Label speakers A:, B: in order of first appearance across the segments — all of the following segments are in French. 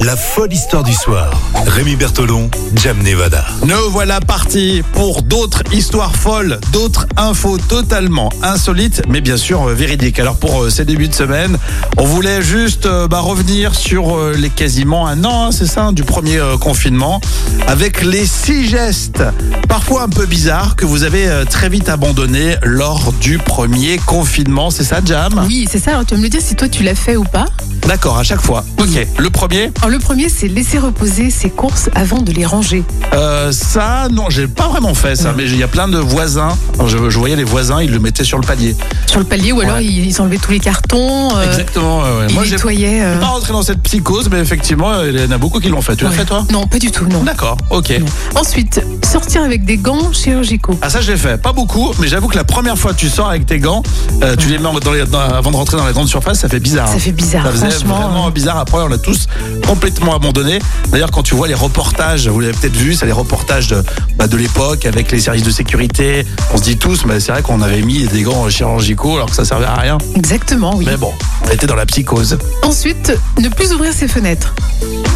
A: La folle histoire du soir. Rémi Bertolon, Jam Nevada.
B: Nous voilà partis pour d'autres histoires folles, d'autres infos totalement insolites, mais bien sûr euh, véridiques. Alors pour euh, ces débuts de semaine, on voulait juste euh, bah, revenir sur euh, les quasiment un an, hein, c'est ça, du premier euh, confinement, avec les six gestes, parfois un peu bizarres, que vous avez euh, très vite abandonnés lors du premier confinement. C'est ça, Jam
C: Oui, c'est ça. Alors, tu vas me le dire si toi tu l'as fait ou pas.
B: D'accord, à chaque fois. Ok, le premier,
C: Alors, le premier, c'est laisser reposer ses courses avant de les ranger.
B: Euh, ça, non, j'ai pas vraiment fait ça, mais il y a plein de voisins. Je, je voyais les voisins, ils le mettaient sur le palier.
C: Sur le palier, ou alors
B: Ouais.
C: ils, ils enlevaient tous les cartons. euh,
B: Exactement. ouais, ouais.
C: ils
B: Moi, j'ai pas
C: nettoyaient. euh,
B: rentré dans cette psychose, mais effectivement, euh, il y en a beaucoup qui l'ont fait. Tu l'as
C: ouais.
B: fait, toi Bah.
C: Non, pas du tout, non.
B: D'accord, ok.
C: Ensuite, sortir avec des gants chirurgicaux.
B: Ah, ça, je l'ai fait. Pas beaucoup, mais j'avoue que la première fois que tu sors avec tes gants, euh, tu les mets dans les- dans- avant de rentrer dans la grande surface, ça fait bizarre.
C: Ça
B: hein.
C: fait bizarre,
B: Ça faisait
C: franchement.
B: vraiment bizarre. Après, on l'a tous complètement abandonné. D'ailleurs, quand tu vois les reportages, vous l'avez peut-être vu, c'est les reportages de, bah, de l'époque avec les services de sécurité. On se dit tous, mais c'est vrai qu'on avait mis des gants chirurgicaux alors que ça servait à rien.
C: Exactement, oui.
B: Mais bon, on était dans la psychose.
C: Ensuite, ne plus ouvrir ses fenêtres.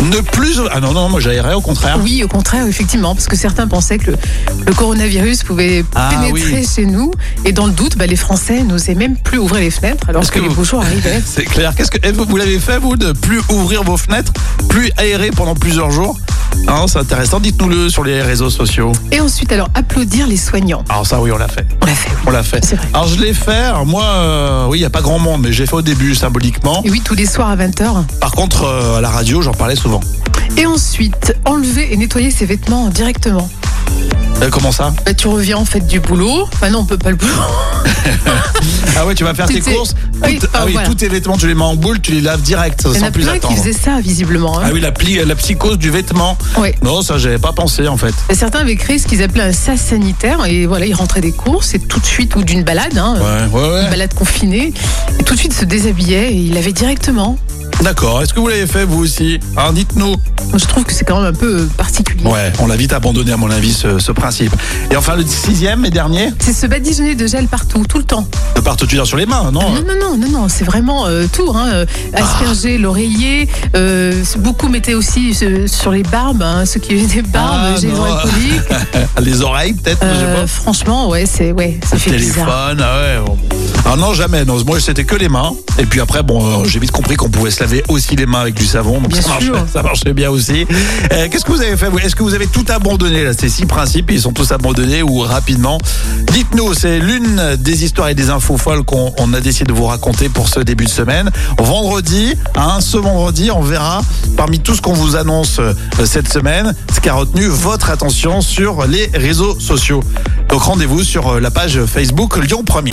B: Ne plus. Ah non, non, moi j'aérais au contraire.
C: Oui, au contraire, effectivement, parce que certains pensaient que le, le coronavirus pouvait
B: Ah,
C: pénétrer
B: oui.
C: chez nous. Et dans le doute, bah, les Français n'osaient même plus ouvrir les fenêtres alors
B: Est-ce
C: que,
B: que
C: les
B: vous-
C: bourgeois arrivaient.
B: C'est clair. Qu'est-ce que eh, vous, vous l'avez fait, vous, de plus ouvrir vos fenêtres, plus aérer pendant plusieurs jours Hein, C'est intéressant. Dites-nous le sur les réseaux sociaux.
C: Et ensuite, alors, applaudir les soignants.
B: Alors ça, oui, on l'a fait.
C: On l'a fait, oui.
B: On l'a fait.
C: C'est vrai.
B: Alors je l'ai fait. Alors, moi, euh, oui, il n'y a pas grand monde, mais j'ai fait au début symboliquement.
C: Et oui, tous les soirs à 20h.
B: Par contre, euh, à la radio, j'en parlais souvent.
C: Et ensuite, enlever et nettoyer ses vêtements directement.
B: Euh, comment ça
C: Bah, tu reviens en fait du boulot. Bah non, on peut pas le boulot.
B: Ah ouais, tu vas faire
C: Tu
B: tes
C: sais-
B: courses.
C: Oui,
B: tout- ah
C: enfin,
B: oui,
C: voilà.
B: tous tes vêtements, tu les mets en boule, tu les laves direct,
C: Il y en
B: sans
C: a
B: plus
C: plein qui
B: attendre.
C: faisaient ça, visiblement. hein.
B: Ah oui, la, pli- la psychose du vêtement.
C: Ouais.
B: Non, ça, j'avais pas pensé en fait.
C: Bah, Certains avaient créé ce qu'ils appelaient un sas sanitaire. Et voilà, ils rentraient des courses et tout de suite, ou d'une balade, hein,
B: Ouais, ouais, ouais.
C: une balade confinée, et tout de suite se déshabillait et il avait directement.
B: D'accord. Est-ce que vous l'avez fait vous aussi Hein, Dites-nous.
C: Moi, je trouve que c'est quand même un peu euh, particulier.
B: Ouais, on l'a vite abandonné à mon avis ce, ce principe. Et enfin le sixième et dernier,
C: C'est se badigeonner de gel partout, tout le temps.
B: de partout sur les mains, non
C: Non, non, non, non, non, c'est vraiment euh, tout. Hein, euh, asperger
B: Ah.
C: l'oreiller. euh, beaucoup mettaient aussi euh, sur les barbes, hein, ceux qui ont des barbes,
B: Ah,
C: j'ai les
B: non.
C: oreilles coliques.
B: Les oreilles peut-être, je sais
C: Euh,
B: pas.
C: franchement, ouais, c'est ouais, ça fait bizarre.
B: Téléphone, ah ouais. bon. Ah non jamais. Non, moi c'était que les mains. Et puis après bon, euh, j'ai vite compris qu'on pouvait se laver aussi les mains avec du savon. Donc
C: Bien
B: ça marchait,
C: sûr.
B: ça marchait bien aussi. Euh, Qu'est-ce que vous avez fait vous Est-ce que vous avez tout abandonné là Ces six principes, ils sont tous abandonnés ou rapidement Dites-nous. C'est l'une des histoires et des infos folles qu'on on a décidé de vous raconter pour ce début de semaine. Vendredi, hein, ce vendredi, on verra parmi tout ce qu'on vous annonce euh, cette semaine ce qui a retenu votre attention sur les réseaux sociaux. Donc rendez-vous sur euh, la page Facebook Lyon Premier.